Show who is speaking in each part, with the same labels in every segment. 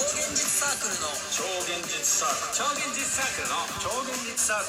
Speaker 1: サークルの
Speaker 2: 超現実サーク
Speaker 1: 超現実サークルの
Speaker 2: ル超現実サー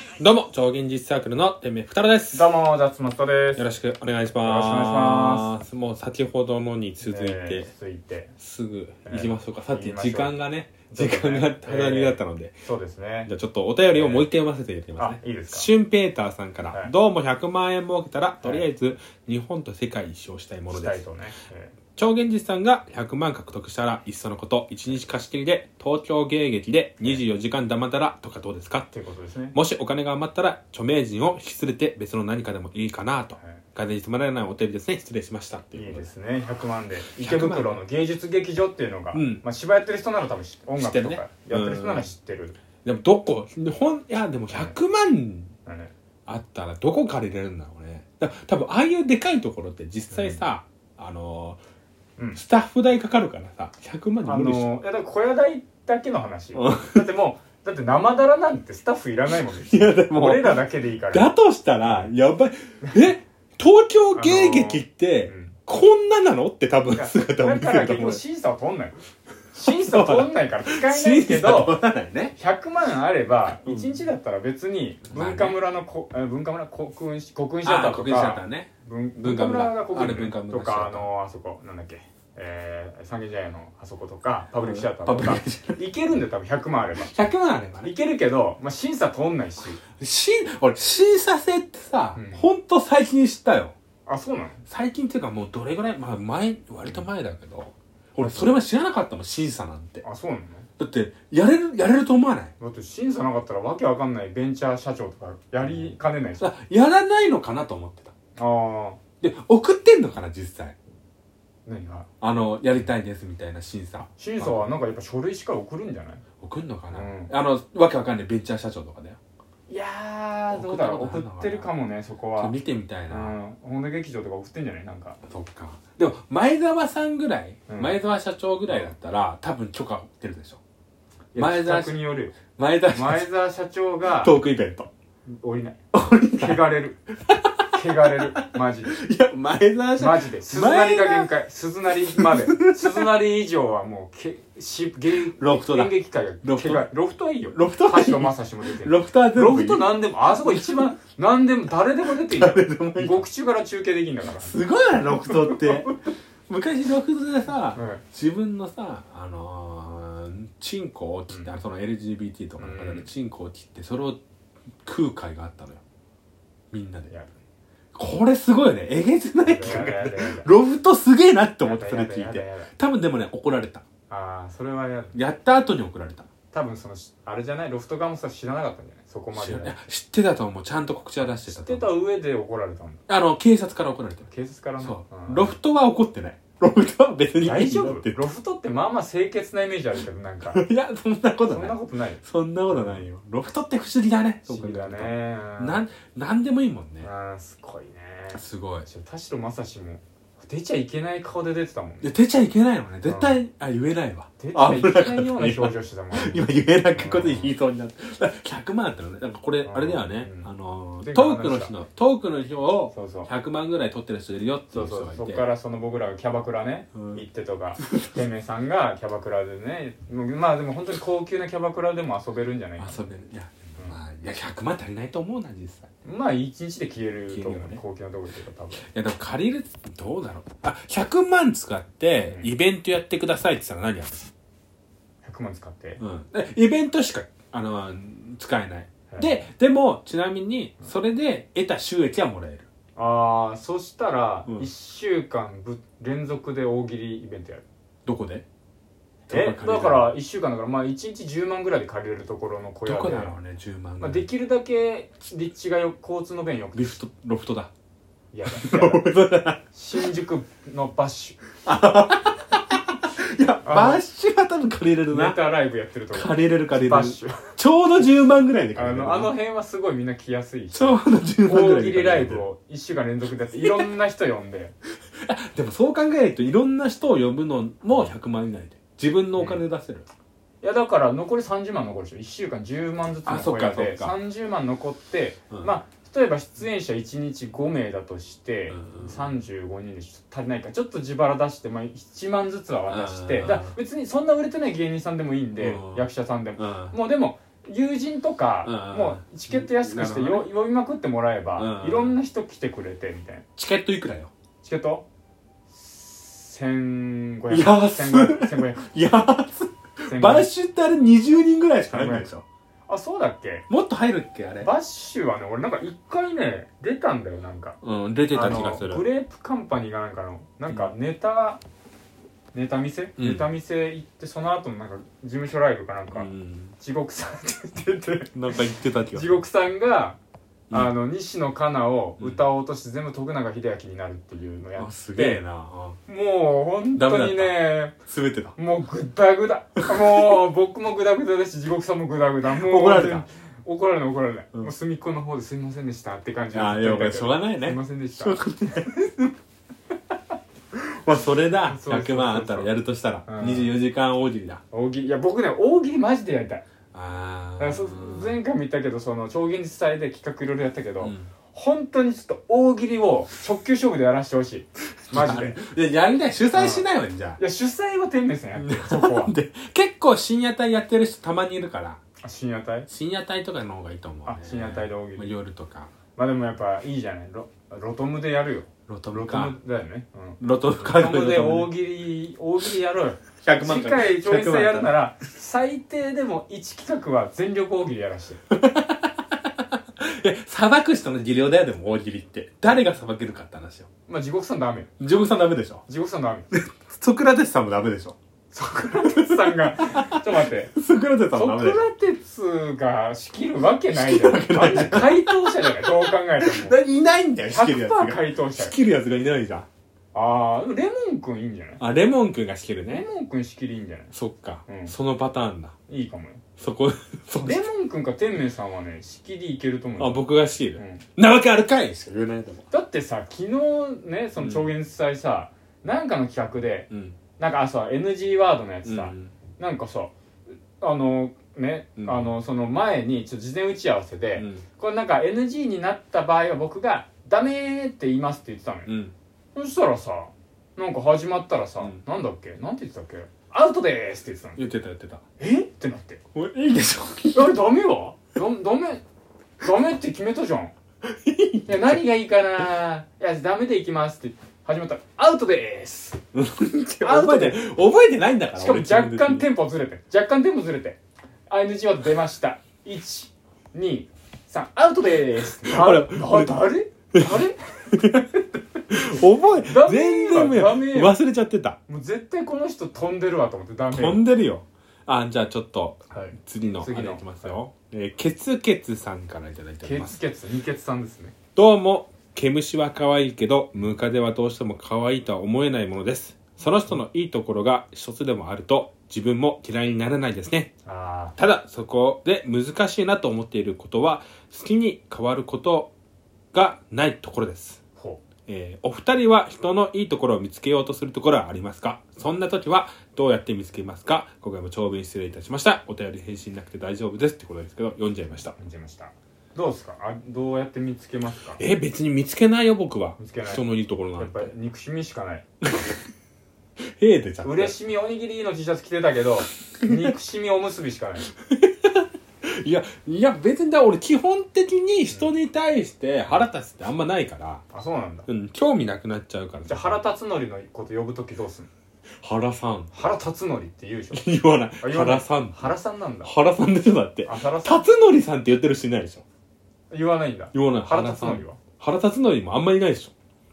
Speaker 2: クルの
Speaker 3: どうも、超現実サークルの天命ふたらです。よ
Speaker 4: どうも、脱松です。
Speaker 3: ろ
Speaker 4: し
Speaker 3: しくお願いします。
Speaker 4: よろしくお願いし
Speaker 3: ます。もう先ほどのに続いて、
Speaker 4: 続いて。
Speaker 3: すぐ
Speaker 4: えー
Speaker 3: 行きましょうか。さっき
Speaker 4: 行きましょう
Speaker 3: 時間がね、
Speaker 4: ちょ
Speaker 3: 時
Speaker 4: っと
Speaker 3: 間
Speaker 4: ね
Speaker 3: が離れだったので、
Speaker 4: えーそうですね
Speaker 3: じゃ。あちょっとお便りをもう一回読ませていただきますね。
Speaker 4: あ、いいですか。
Speaker 3: シュンペーターさんから、
Speaker 4: はい
Speaker 3: どうも100万円儲けたら、
Speaker 4: い
Speaker 3: とりあえず日本と世界一周したいもの
Speaker 4: し
Speaker 3: で
Speaker 4: たい
Speaker 3: す。
Speaker 4: とね。え
Speaker 3: 超現実さんが100万獲得したら、いっそのこと、1日貸し切りで、東京芸劇で24時間黙ったら、とかどうですか
Speaker 4: ーということですね。
Speaker 3: もしお金が余ったら、著名人を引き連れて別の何かでもいいかなと。
Speaker 4: はい
Speaker 3: 風につまらないお便りですね。失礼しました。って
Speaker 4: い
Speaker 3: いう
Speaker 4: い
Speaker 3: こと
Speaker 4: で
Speaker 3: です
Speaker 4: ね。100万で。池袋の芸術劇場っていうのが、
Speaker 3: うん
Speaker 4: まあ芝やってる人なら多分知音
Speaker 3: 知ってる
Speaker 4: 楽と
Speaker 3: ね
Speaker 4: かやってる人なら知ってる。
Speaker 3: でもどこ、ほん、いや、でも100万
Speaker 4: だね
Speaker 3: あったらどこ借りれるんだろうね。だ多分ああいうでかいところって実際さ、あのー
Speaker 4: うん
Speaker 3: スタッフ代かかるからさ、100万で
Speaker 4: あ
Speaker 3: 無理しょ。
Speaker 4: のー、いや、だから小屋代だけの話。
Speaker 3: う
Speaker 4: だってもう、だって生だらなんてスタッフいらないもんですよ
Speaker 3: いやでも
Speaker 4: 俺らだけでいいから。
Speaker 3: だとしたら、やばい。え東京芸劇って
Speaker 4: う、ん
Speaker 3: こんななのって多分
Speaker 4: いや
Speaker 3: 姿を
Speaker 4: だ
Speaker 3: 見
Speaker 4: か
Speaker 3: せ
Speaker 4: ら
Speaker 3: ると
Speaker 4: 結
Speaker 3: 思う
Speaker 4: 局。審査を通んない。審査通んないから使えないけど、
Speaker 3: らないね。
Speaker 4: 100万あれば
Speaker 3: うん
Speaker 4: 1日だったら別に
Speaker 3: まあね
Speaker 4: 文化村のこ、え文化村国運市国運市だっ
Speaker 3: あ
Speaker 4: た
Speaker 3: あ、
Speaker 4: と
Speaker 3: 国立だった
Speaker 4: か
Speaker 3: ね。
Speaker 4: 文
Speaker 3: 文化村
Speaker 4: が国
Speaker 3: あれ文
Speaker 4: 運
Speaker 3: 化
Speaker 4: 市
Speaker 3: 村
Speaker 4: と
Speaker 3: シアター
Speaker 4: かあのあそこなんだっけえー、三軒茶屋のあそことかパブリックシアタ
Speaker 3: パ
Speaker 4: ーと
Speaker 3: ブリ
Speaker 4: か
Speaker 3: ックシ
Speaker 4: いけるんだよ多分100万あれば
Speaker 3: 100万あればね
Speaker 4: い。けるけど、まあ、審査通んないし
Speaker 3: し、俺、審査制ってさ、
Speaker 4: うん
Speaker 3: ほんと最近知ったよ。
Speaker 4: あそうなの
Speaker 3: 最近っていうかもうどれぐらい、まあ前、割と前だけど、俺それは知らなかったもん、審査なんて。
Speaker 4: あそうなの
Speaker 3: だって、やれる、やれると思わない
Speaker 4: だって審査なかったらわけわかんないベンチャー社長とかやりかねないしあ
Speaker 3: さやらないのかなと思ってた。
Speaker 4: あー
Speaker 3: で、送ってんのかな、実際。
Speaker 4: 何が
Speaker 3: あの、やりたいですみたいな審査。
Speaker 4: 審査はなんかやっぱ書類しか送るんじゃない
Speaker 3: 送んのかな、
Speaker 4: うん
Speaker 3: あの、わけわかんないベンチャー社長とかだよ。
Speaker 4: いや
Speaker 3: ー
Speaker 4: どうだろう
Speaker 3: 送
Speaker 4: 送
Speaker 3: っ
Speaker 4: っ
Speaker 3: ことある
Speaker 4: た
Speaker 3: のかな
Speaker 4: てるかもねそこ
Speaker 3: ちょっ
Speaker 4: は
Speaker 3: と見てみたいな。
Speaker 4: うん、本田劇場とか送ってんじゃないなんか
Speaker 3: そっか。でも、前澤さんぐらい、
Speaker 4: うん
Speaker 3: 前澤社長ぐらいだったら、多分許可出るでしょ。
Speaker 4: いや
Speaker 3: 前澤
Speaker 4: 企画によるよ
Speaker 3: 前澤社
Speaker 4: 前澤社長が
Speaker 3: トークイベント。
Speaker 4: 降りない汚れる汚れるマジで
Speaker 3: いや、前澤社
Speaker 4: マジで鈴なりが限界鈴なりまで鈴なり以上はもうけし芸
Speaker 3: ロフトだ
Speaker 4: 演劇界が
Speaker 3: ロフト
Speaker 4: 汚いロフトはいいよ
Speaker 3: ロフトはいい
Speaker 4: 橋正史も出てる
Speaker 3: ロフトは全部
Speaker 4: ロフトなんでもあそこ一番なんでも誰でも出ていいよ
Speaker 3: 誰でもいい
Speaker 4: 獄中から中継できんだか ら
Speaker 3: すごいな、ロフトって。昔、ロフトでさ、
Speaker 4: うん
Speaker 3: 自分のさ、あのー、チンコを切って、
Speaker 4: う
Speaker 3: その LGBT とかの方
Speaker 4: う
Speaker 3: で
Speaker 4: ん
Speaker 3: チンコを切って、それを食う会があったのよ。みんなで
Speaker 4: い。や
Speaker 3: これすごいよね。えげつない企
Speaker 4: や
Speaker 3: 画
Speaker 4: だやだやだ
Speaker 3: ロフトすげえなって思って、それ
Speaker 4: やだや
Speaker 3: 聞
Speaker 4: だ
Speaker 3: い
Speaker 4: やだ
Speaker 3: て。
Speaker 4: やだ
Speaker 3: 多分でもね、怒られた。
Speaker 4: ああそれはやだ
Speaker 3: やった後に怒られた。
Speaker 4: 多分そのしあれじゃないロフト側もさ知らなかったんじゃないそこま
Speaker 3: 知
Speaker 4: で
Speaker 3: らない知ってたと思う。ちゃんと告知は出して
Speaker 4: 知
Speaker 3: たと
Speaker 4: って
Speaker 3: 思う。
Speaker 4: た上で怒られたんだ
Speaker 3: あの、警察から怒られた。
Speaker 4: 警察からね
Speaker 3: そう。
Speaker 4: ん
Speaker 3: ロフトは怒ってない。ロフトは別にいいよ
Speaker 4: 大丈
Speaker 3: っ
Speaker 4: 夫
Speaker 3: て
Speaker 4: ロフトってまあまあ清潔なイメージあるけどなんか
Speaker 3: いや、 そんなこと
Speaker 4: そん
Speaker 3: な。
Speaker 4: ないことない
Speaker 3: そんなことないよ。ロフトって不思議だね。
Speaker 4: 不思議だ
Speaker 3: そ
Speaker 4: ね
Speaker 3: う考えると。なん、なんでもいいもんね。
Speaker 4: あーすごいね
Speaker 3: すごい。
Speaker 4: ちょ田代正史も出ちゃいけない顔で出てたもん
Speaker 3: で、出ちゃいけないのね。絶対、あ、言えないわ。
Speaker 4: 出ちゃいけ
Speaker 3: 危
Speaker 4: な
Speaker 3: かっ
Speaker 4: いような表情してたもん
Speaker 3: 今言えなくこと言いそうになった。だから100万あったのね。なんかこれ、あれだよね
Speaker 4: う。ん
Speaker 3: あのー、
Speaker 4: で
Speaker 3: トークの人の、トークの人を
Speaker 4: そうそう
Speaker 3: 100万ぐらい取ってる人いるよってい
Speaker 4: そううそ
Speaker 3: 人が
Speaker 4: う
Speaker 3: い。
Speaker 4: そってからその僕らがキャバクラね、
Speaker 3: うん
Speaker 4: 行ってとかてめえさんがキャバクラでねもうまあでも本当に高級なキャバクラでも遊べるんじゃないかな
Speaker 3: 遊べる。いや、まあ、いや、100万足りないと思うな、実際。
Speaker 4: まあ一日で消えると
Speaker 3: 消える
Speaker 4: 思
Speaker 3: よ
Speaker 4: う、
Speaker 3: ね
Speaker 4: ね、高級なところとか多分
Speaker 3: いやでも借りるどうだろうあ100万使ってイベントやってくださいって言ったら何やる
Speaker 4: 100万使って、
Speaker 3: うんえイベントしかあの使えない、
Speaker 4: はい
Speaker 3: ででもちなみにそれで得た収益はもらえる
Speaker 4: ああそしたら
Speaker 3: うん
Speaker 4: 1週間ぶ連続で大喜利イベントやる
Speaker 3: どこで
Speaker 4: え
Speaker 3: ど
Speaker 4: だ
Speaker 3: こ借りれる
Speaker 4: から1週間だからまあ1日10万ぐらいで借りれるところの小屋
Speaker 3: どこ
Speaker 4: で
Speaker 3: だろうね10万ぐら
Speaker 4: まあ、
Speaker 3: い、
Speaker 4: できるだけ立地がよ交通の便よく
Speaker 3: リフトロフトだ
Speaker 4: いやだやだ新宿のバッシ
Speaker 3: いや
Speaker 4: あ
Speaker 3: バッシュは多分借りれる
Speaker 4: ュネ
Speaker 3: な
Speaker 4: タライブやってるとこ
Speaker 3: 借りれる借り
Speaker 4: バ
Speaker 3: れ
Speaker 4: ッ
Speaker 3: る
Speaker 4: シュ
Speaker 3: ちょうど10万ぐらいで借
Speaker 4: あ
Speaker 3: りれる
Speaker 4: のあの辺はすごいみんな来やすいし
Speaker 3: ちょうど10万ぐら
Speaker 4: 大
Speaker 3: いで借りれ
Speaker 4: 喜利
Speaker 3: る
Speaker 4: ライブを1週間連続でやっていろんな人呼んで
Speaker 3: でもそう考えるといろんな人を呼ぶのも100万以内で自分のお金出せる、
Speaker 4: いやだから残り30万残るでしょ1週間10万ずつの
Speaker 3: あそっ
Speaker 4: 小
Speaker 3: か
Speaker 4: 屋で
Speaker 3: そっか
Speaker 4: 30万残って、
Speaker 3: うん
Speaker 4: まあ例えば出演者1日5名だとして
Speaker 3: うん
Speaker 4: 35人でちょっと足りないからちょっと自腹出して、まあ、1万ずつは渡して
Speaker 3: う
Speaker 4: だ
Speaker 3: ん
Speaker 4: から別にそんな売れてない芸人さんでもいいんで
Speaker 3: うん
Speaker 4: 役者さんでも
Speaker 3: うんうん
Speaker 4: もうでも友人とか
Speaker 3: うん
Speaker 4: もうチケット安くして
Speaker 3: なるほ
Speaker 4: よ呼びまくってもらえば
Speaker 3: うん
Speaker 4: いろんな人来てくれてみたいな
Speaker 3: チケットいくらよ
Speaker 4: チケット
Speaker 3: 安っ
Speaker 4: 1500円1500
Speaker 3: いや
Speaker 4: 円
Speaker 3: バッシュってあれ20人ぐらいしか入んないでしょ
Speaker 4: あそうだっけ
Speaker 3: もっと入るっけあれ
Speaker 4: バッシュはね俺なんか一回ね出たんだよなんか
Speaker 3: うん出て
Speaker 4: あ
Speaker 3: た気
Speaker 4: の
Speaker 3: がす
Speaker 4: グ
Speaker 3: る
Speaker 4: レープカンパニーがなんかのなんかネタ、ネタ見せ、
Speaker 3: うん
Speaker 4: ネタ見せ行ってその後のなんか事務所ライブかなん
Speaker 3: う
Speaker 4: か、
Speaker 3: ん
Speaker 4: 地獄さんって出て
Speaker 3: なんか言ってた気がす
Speaker 4: 地
Speaker 3: る
Speaker 4: 獄さんが、
Speaker 3: うん
Speaker 4: あの西野カナを歌おうとして全部徳永英明になるっていうのや
Speaker 3: あ
Speaker 4: っ
Speaker 3: すげえ
Speaker 4: て、
Speaker 3: な
Speaker 4: もう本当に
Speaker 3: ダ
Speaker 4: ね
Speaker 3: 全てだ
Speaker 4: もうグダグダもう僕もグダグダだし地獄さんもグダグダもう
Speaker 3: 怒ら れた
Speaker 4: 怒られない怒られない、
Speaker 3: うん
Speaker 4: もう隅っこの方ですいませんでしたって感じ
Speaker 3: ああ
Speaker 4: ずっ
Speaker 3: や
Speaker 4: と
Speaker 3: ばいしょうがない
Speaker 4: すい
Speaker 3: ね
Speaker 4: ませんでした
Speaker 3: しょうがないまあそれだ
Speaker 4: そうそうそう
Speaker 3: 100
Speaker 4: そう
Speaker 3: 万あったらやるとしたら
Speaker 4: うん
Speaker 3: 24時間大喜利だ
Speaker 4: 大喜利いや僕ね大喜利マジでやりたい
Speaker 3: あ
Speaker 4: だ
Speaker 3: あ
Speaker 4: からそ前回も言ったけどその超現実祭で企画いろいろやったけど、
Speaker 3: うん
Speaker 4: 本当にちょっと大喜利を直球勝負でやらせてほしい マジで
Speaker 3: いややりない主催しないわじゃ
Speaker 4: いや主催は天明さんやってそこは
Speaker 3: あで結構深夜帯やってる人たまにいるから
Speaker 4: あ深夜帯
Speaker 3: 深夜帯とかの方がいいと思うね
Speaker 4: あ深夜帯で大喜利
Speaker 3: まあ夜とか
Speaker 4: まあでもやっぱいいじゃないロロトムでやるよ
Speaker 3: ロト
Speaker 4: ロ
Speaker 3: ム
Speaker 4: ト
Speaker 3: か
Speaker 4: ムだよね、うん
Speaker 3: ロトムか
Speaker 4: ロトムで大喜利大喜利やろうよ
Speaker 3: 100万
Speaker 4: 次回超越やる
Speaker 3: ら
Speaker 4: なら最低でも1企画は全力大喜利やらして
Speaker 3: さばく人の技量だよでも大喜利って誰がさばけるかって話よ
Speaker 4: まあ地獄さんダメよ
Speaker 3: ジョブさんダメでしょ
Speaker 4: 地獄さんダメよ
Speaker 3: ソクラテスさんもダメでしょ
Speaker 4: ソクラテスさんがちょっと待って
Speaker 3: ソクラテスさん
Speaker 4: ソ
Speaker 3: もダメで
Speaker 4: ク
Speaker 3: しょ
Speaker 4: ラテスが仕切るわけないじゃん回答者じゃないどう考えても
Speaker 3: だいないんだよ仕切るやつが
Speaker 4: 100%回答者
Speaker 3: 仕切るやつがいないじゃん
Speaker 4: ああレモンくんいいんじゃない
Speaker 3: あレモンくんが仕切る
Speaker 4: レ
Speaker 3: ね
Speaker 4: モンくん仕切りいいんじゃない
Speaker 3: そっか、
Speaker 4: うん
Speaker 3: そのパターンだ
Speaker 4: いいかもよ
Speaker 3: そこそ
Speaker 4: レモンくんか天明さんはね仕切りいけると思うよ
Speaker 3: あ僕が仕切
Speaker 4: う
Speaker 3: る、
Speaker 4: ん
Speaker 3: なわけあるかいしか言えないと思
Speaker 4: だってさ昨日ねその超現実祭さ、なんかの企画で
Speaker 3: ううん
Speaker 4: なんかあそう NG ワードのや
Speaker 3: う
Speaker 4: つさ、
Speaker 3: ん
Speaker 4: なんかさあのね、
Speaker 3: うん
Speaker 4: あのその前にちょっと事前打ち合わせで、
Speaker 3: うん
Speaker 4: これなんか NG になった場合は僕が「ダメ!」って言いますって言ってたのよ、
Speaker 3: うん
Speaker 4: そしたらさなんか始まったらさ、
Speaker 3: うん
Speaker 4: なんだっけなんて言ってたっけ「アウトでーす!」って言ってたのよ
Speaker 3: 言ってた言ってた
Speaker 4: えってなって「
Speaker 3: おいいでしょ
Speaker 4: あれダメはだダメダメって決めたじゃん」 いや何がいいかな「いやダメでいきます」って始まったら「アウトでーす!」ア ウ
Speaker 3: 覚
Speaker 4: ト
Speaker 3: え
Speaker 4: で
Speaker 3: て覚えてないんだから
Speaker 4: しかも
Speaker 3: 俺自分
Speaker 4: 若
Speaker 3: で
Speaker 4: 干テンポずれて若干テンポずれて ING は出ました123アウトでーす
Speaker 3: あれ
Speaker 4: あ誰誰
Speaker 3: 覚
Speaker 4: ダ
Speaker 3: え
Speaker 4: メ
Speaker 3: 全然
Speaker 4: ダメ
Speaker 3: 見え忘れちゃってた
Speaker 4: もう絶対この人飛んでるわと思ってダメ
Speaker 3: 飛んでるよあじゃあちょっと
Speaker 4: はい
Speaker 3: 次のあ
Speaker 4: 次の
Speaker 3: れいきますよ、えー、ケツケツさんからいただいており
Speaker 4: ケ
Speaker 3: ま
Speaker 4: ツ
Speaker 3: す
Speaker 4: ケツ二ケツさんですね
Speaker 3: どうも毛虫は可愛いけどムカデはどうしても可愛いとは思えないものですその人のいいところが一つでもあると自分も嫌いにならないですね
Speaker 4: あ
Speaker 3: ただそこで難しいなと思っていることは好きに変わることがないところです
Speaker 4: あほ
Speaker 3: えーお二人は人のいいところを見つけようとするところはありますかそんな時はどうやって見つけますか今回も長文失礼いたしました。お便り返信なくて大丈夫ですってことですけど、読んじゃいました。
Speaker 4: う見てましたどうですかあどうやって見つけますかや
Speaker 3: えー別に見つけないよ、僕は
Speaker 4: 見つけ。ない
Speaker 3: 人のいいところな
Speaker 4: っ
Speaker 3: ん
Speaker 4: ぱり
Speaker 3: て。
Speaker 4: 憎しみしかない
Speaker 3: ええ出ちゃった。
Speaker 4: 嬉しみおにぎりの T シャツ着てたけど 憎しみおむすびしかない
Speaker 3: いや、いや、別にだ、俺基本的に人に対して腹立つってあんまないから、
Speaker 4: あそうなんだ
Speaker 3: うん、興味なくなっちゃうから。
Speaker 4: じゃあ原辰徳のこと呼ぶ時どうすんの
Speaker 3: 原さん。
Speaker 4: 原辰徳って言うでしょ
Speaker 3: 言わない。
Speaker 4: あ言わない
Speaker 3: 原さん。
Speaker 4: 原さんなんだ
Speaker 3: 原さんでしょ、だって
Speaker 4: あ。原さん
Speaker 3: 辰徳さんって言ってる人いないでしょ。
Speaker 4: 言わないんだ
Speaker 3: 言わない。
Speaker 4: 原
Speaker 3: 原
Speaker 4: 辰
Speaker 3: さん
Speaker 4: 徳は
Speaker 3: 原辰徳もあんまいないでしょ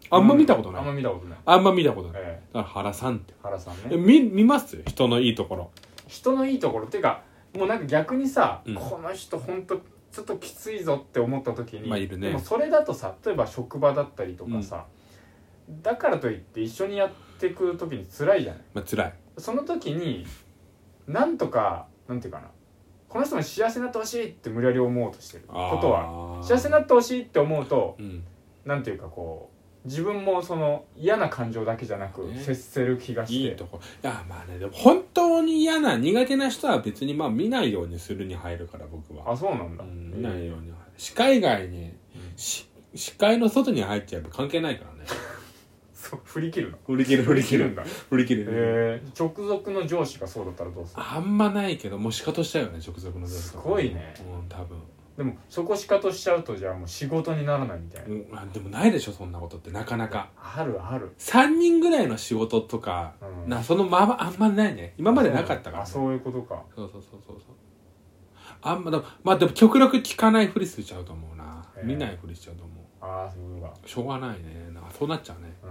Speaker 3: あんま見たことない、
Speaker 4: あんま見たことない
Speaker 3: あんま見たことない、
Speaker 4: ええ
Speaker 3: だから原さんって
Speaker 4: 原さんね
Speaker 3: え見見ます人のいいところ
Speaker 4: 人のいいところっていうかもうなんか逆にさ、
Speaker 3: うん
Speaker 4: この人ほんとちょっときついぞって思った時に、
Speaker 3: まあいるね
Speaker 4: でもそれだとさ例えば職場だったりとかさ、だからといって一緒にやってく時に辛いじゃない
Speaker 3: まあ辛い
Speaker 4: その時になんとかなんていうかなこの人も幸せになってほしいって無理やり思おうとしてることは
Speaker 3: は
Speaker 4: 幸せになってほしいって思うと
Speaker 3: うん
Speaker 4: なんていうかこう自分もその嫌な感情だけじゃなく
Speaker 3: ね
Speaker 4: 接せる気がして、
Speaker 3: いいとこいやまあねでも本当に嫌な苦手な人は別にまあ見ないようにするに入るから僕は
Speaker 4: あそうなん
Speaker 3: う
Speaker 4: だ、
Speaker 3: ん見ないように入る視界外にし視界の外に入っちゃえば関係ないからね
Speaker 4: そう振り切るの
Speaker 3: 振り切る振り切
Speaker 4: ん
Speaker 3: る
Speaker 4: だ
Speaker 3: 振り切る、
Speaker 4: えー、直属の上司がそうだったらどうする
Speaker 3: あんまないけどもう仕方したよね直属の上司とか
Speaker 4: すごいね
Speaker 3: うん多分
Speaker 4: でもそこしかとしちゃうとじゃあもう仕事にならないみたいな、
Speaker 3: うんあでもないでしょそんなことってなかなか
Speaker 4: あるある
Speaker 3: 3人ぐらいの仕事とか、
Speaker 4: うん
Speaker 3: なそのままあんまないね今までなかったから、
Speaker 4: あそういうことか
Speaker 3: そうそうそうそうそうあんまでもまあでも極力聞かないふりしちゃうと思うな
Speaker 4: へえ
Speaker 3: 見ないふりしちゃうと思う
Speaker 4: ああそういうこと
Speaker 3: しょうがないねなんかそうなっちゃうね
Speaker 4: か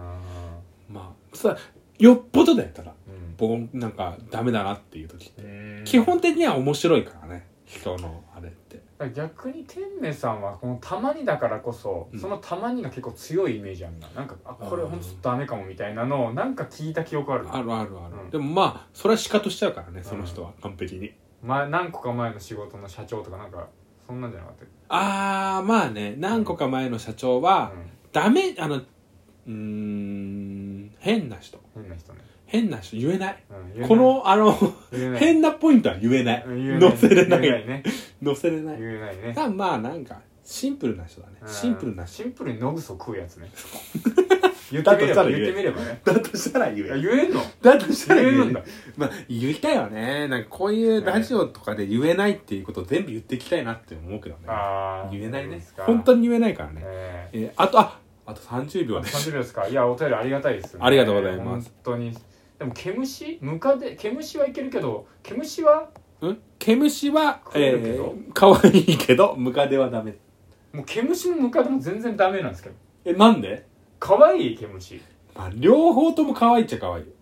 Speaker 4: うん
Speaker 3: まあそれはよっぽどだったら
Speaker 4: うん
Speaker 3: ボンなんかダメだなっていう時って、
Speaker 4: うん
Speaker 3: 基本的には面白いからね人のあれって
Speaker 4: だから逆に天明さんはこのたまにだからこそ、
Speaker 3: うん
Speaker 4: そのたまにが結構強いイメージあるななんかあこれ
Speaker 3: あー
Speaker 4: ほんとダメかもみたいなのをなんか聞いた記憶ある
Speaker 3: あるあるある、
Speaker 4: うん
Speaker 3: でもまあそれは仕方しちゃうからねその人は完璧に、
Speaker 4: 前何個か前の仕事の社長とかなんかそんなんじゃなかったっ
Speaker 3: ああまあね何個か前の社長は
Speaker 4: け、
Speaker 3: ダメあのうーん変な人
Speaker 4: うん、変な人ね、
Speaker 3: 変な人言えない
Speaker 4: うん言えない
Speaker 3: このあの
Speaker 4: 言えない
Speaker 3: 変なポイントは言えない
Speaker 4: うん言えない
Speaker 3: 載せれな
Speaker 4: 言えないいね
Speaker 3: 載せれない
Speaker 4: 言えないね
Speaker 3: がまあなんかシンプルな人だね
Speaker 4: うん
Speaker 3: シンプルな人
Speaker 4: シンプルにノグソ食う やつね言って
Speaker 3: だ
Speaker 4: み
Speaker 3: とし
Speaker 4: れ
Speaker 3: た
Speaker 4: ば
Speaker 3: ら
Speaker 4: 言
Speaker 3: 言え
Speaker 4: ってみればね
Speaker 3: だとしたら言
Speaker 4: いや言えんの
Speaker 3: だとし
Speaker 4: 言えるんだ
Speaker 3: まあ言いたいよねなんかこういうラジオとかで言えないっていうことを全部言っていきたいなって思うけどね
Speaker 4: ああ
Speaker 3: 言えないね本当
Speaker 4: に
Speaker 3: に言えないからね
Speaker 4: ええ
Speaker 3: えーあとああと30秒で
Speaker 4: 30秒ですかいやお便りありがたいですね
Speaker 3: ありがとうございます
Speaker 4: 本当にでも毛虫ムカデ毛虫はいけるけど毛虫は
Speaker 3: うん毛虫は、
Speaker 4: 食えるけ
Speaker 3: え
Speaker 4: ど
Speaker 3: ー、可愛いけど、ムカデはダメ。
Speaker 4: もう毛虫もムカデも全然ダメなんですけど
Speaker 3: え、なんで、
Speaker 4: 可愛い毛虫
Speaker 3: まあ、両方とも可愛いっちゃ可愛いよ。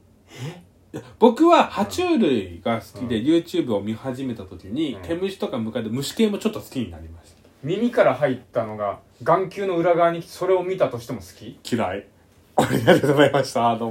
Speaker 3: いや僕は爬虫類が好きで、
Speaker 4: う
Speaker 3: YouTube を見始めた時に、
Speaker 4: うん
Speaker 3: 毛虫とかムカデ、虫系もちょっと好きになりまし
Speaker 4: 耳から入ったのが眼球の裏側に来てそれを見たとしても好き
Speaker 3: た。嫌い。ありがとうございました。どうも。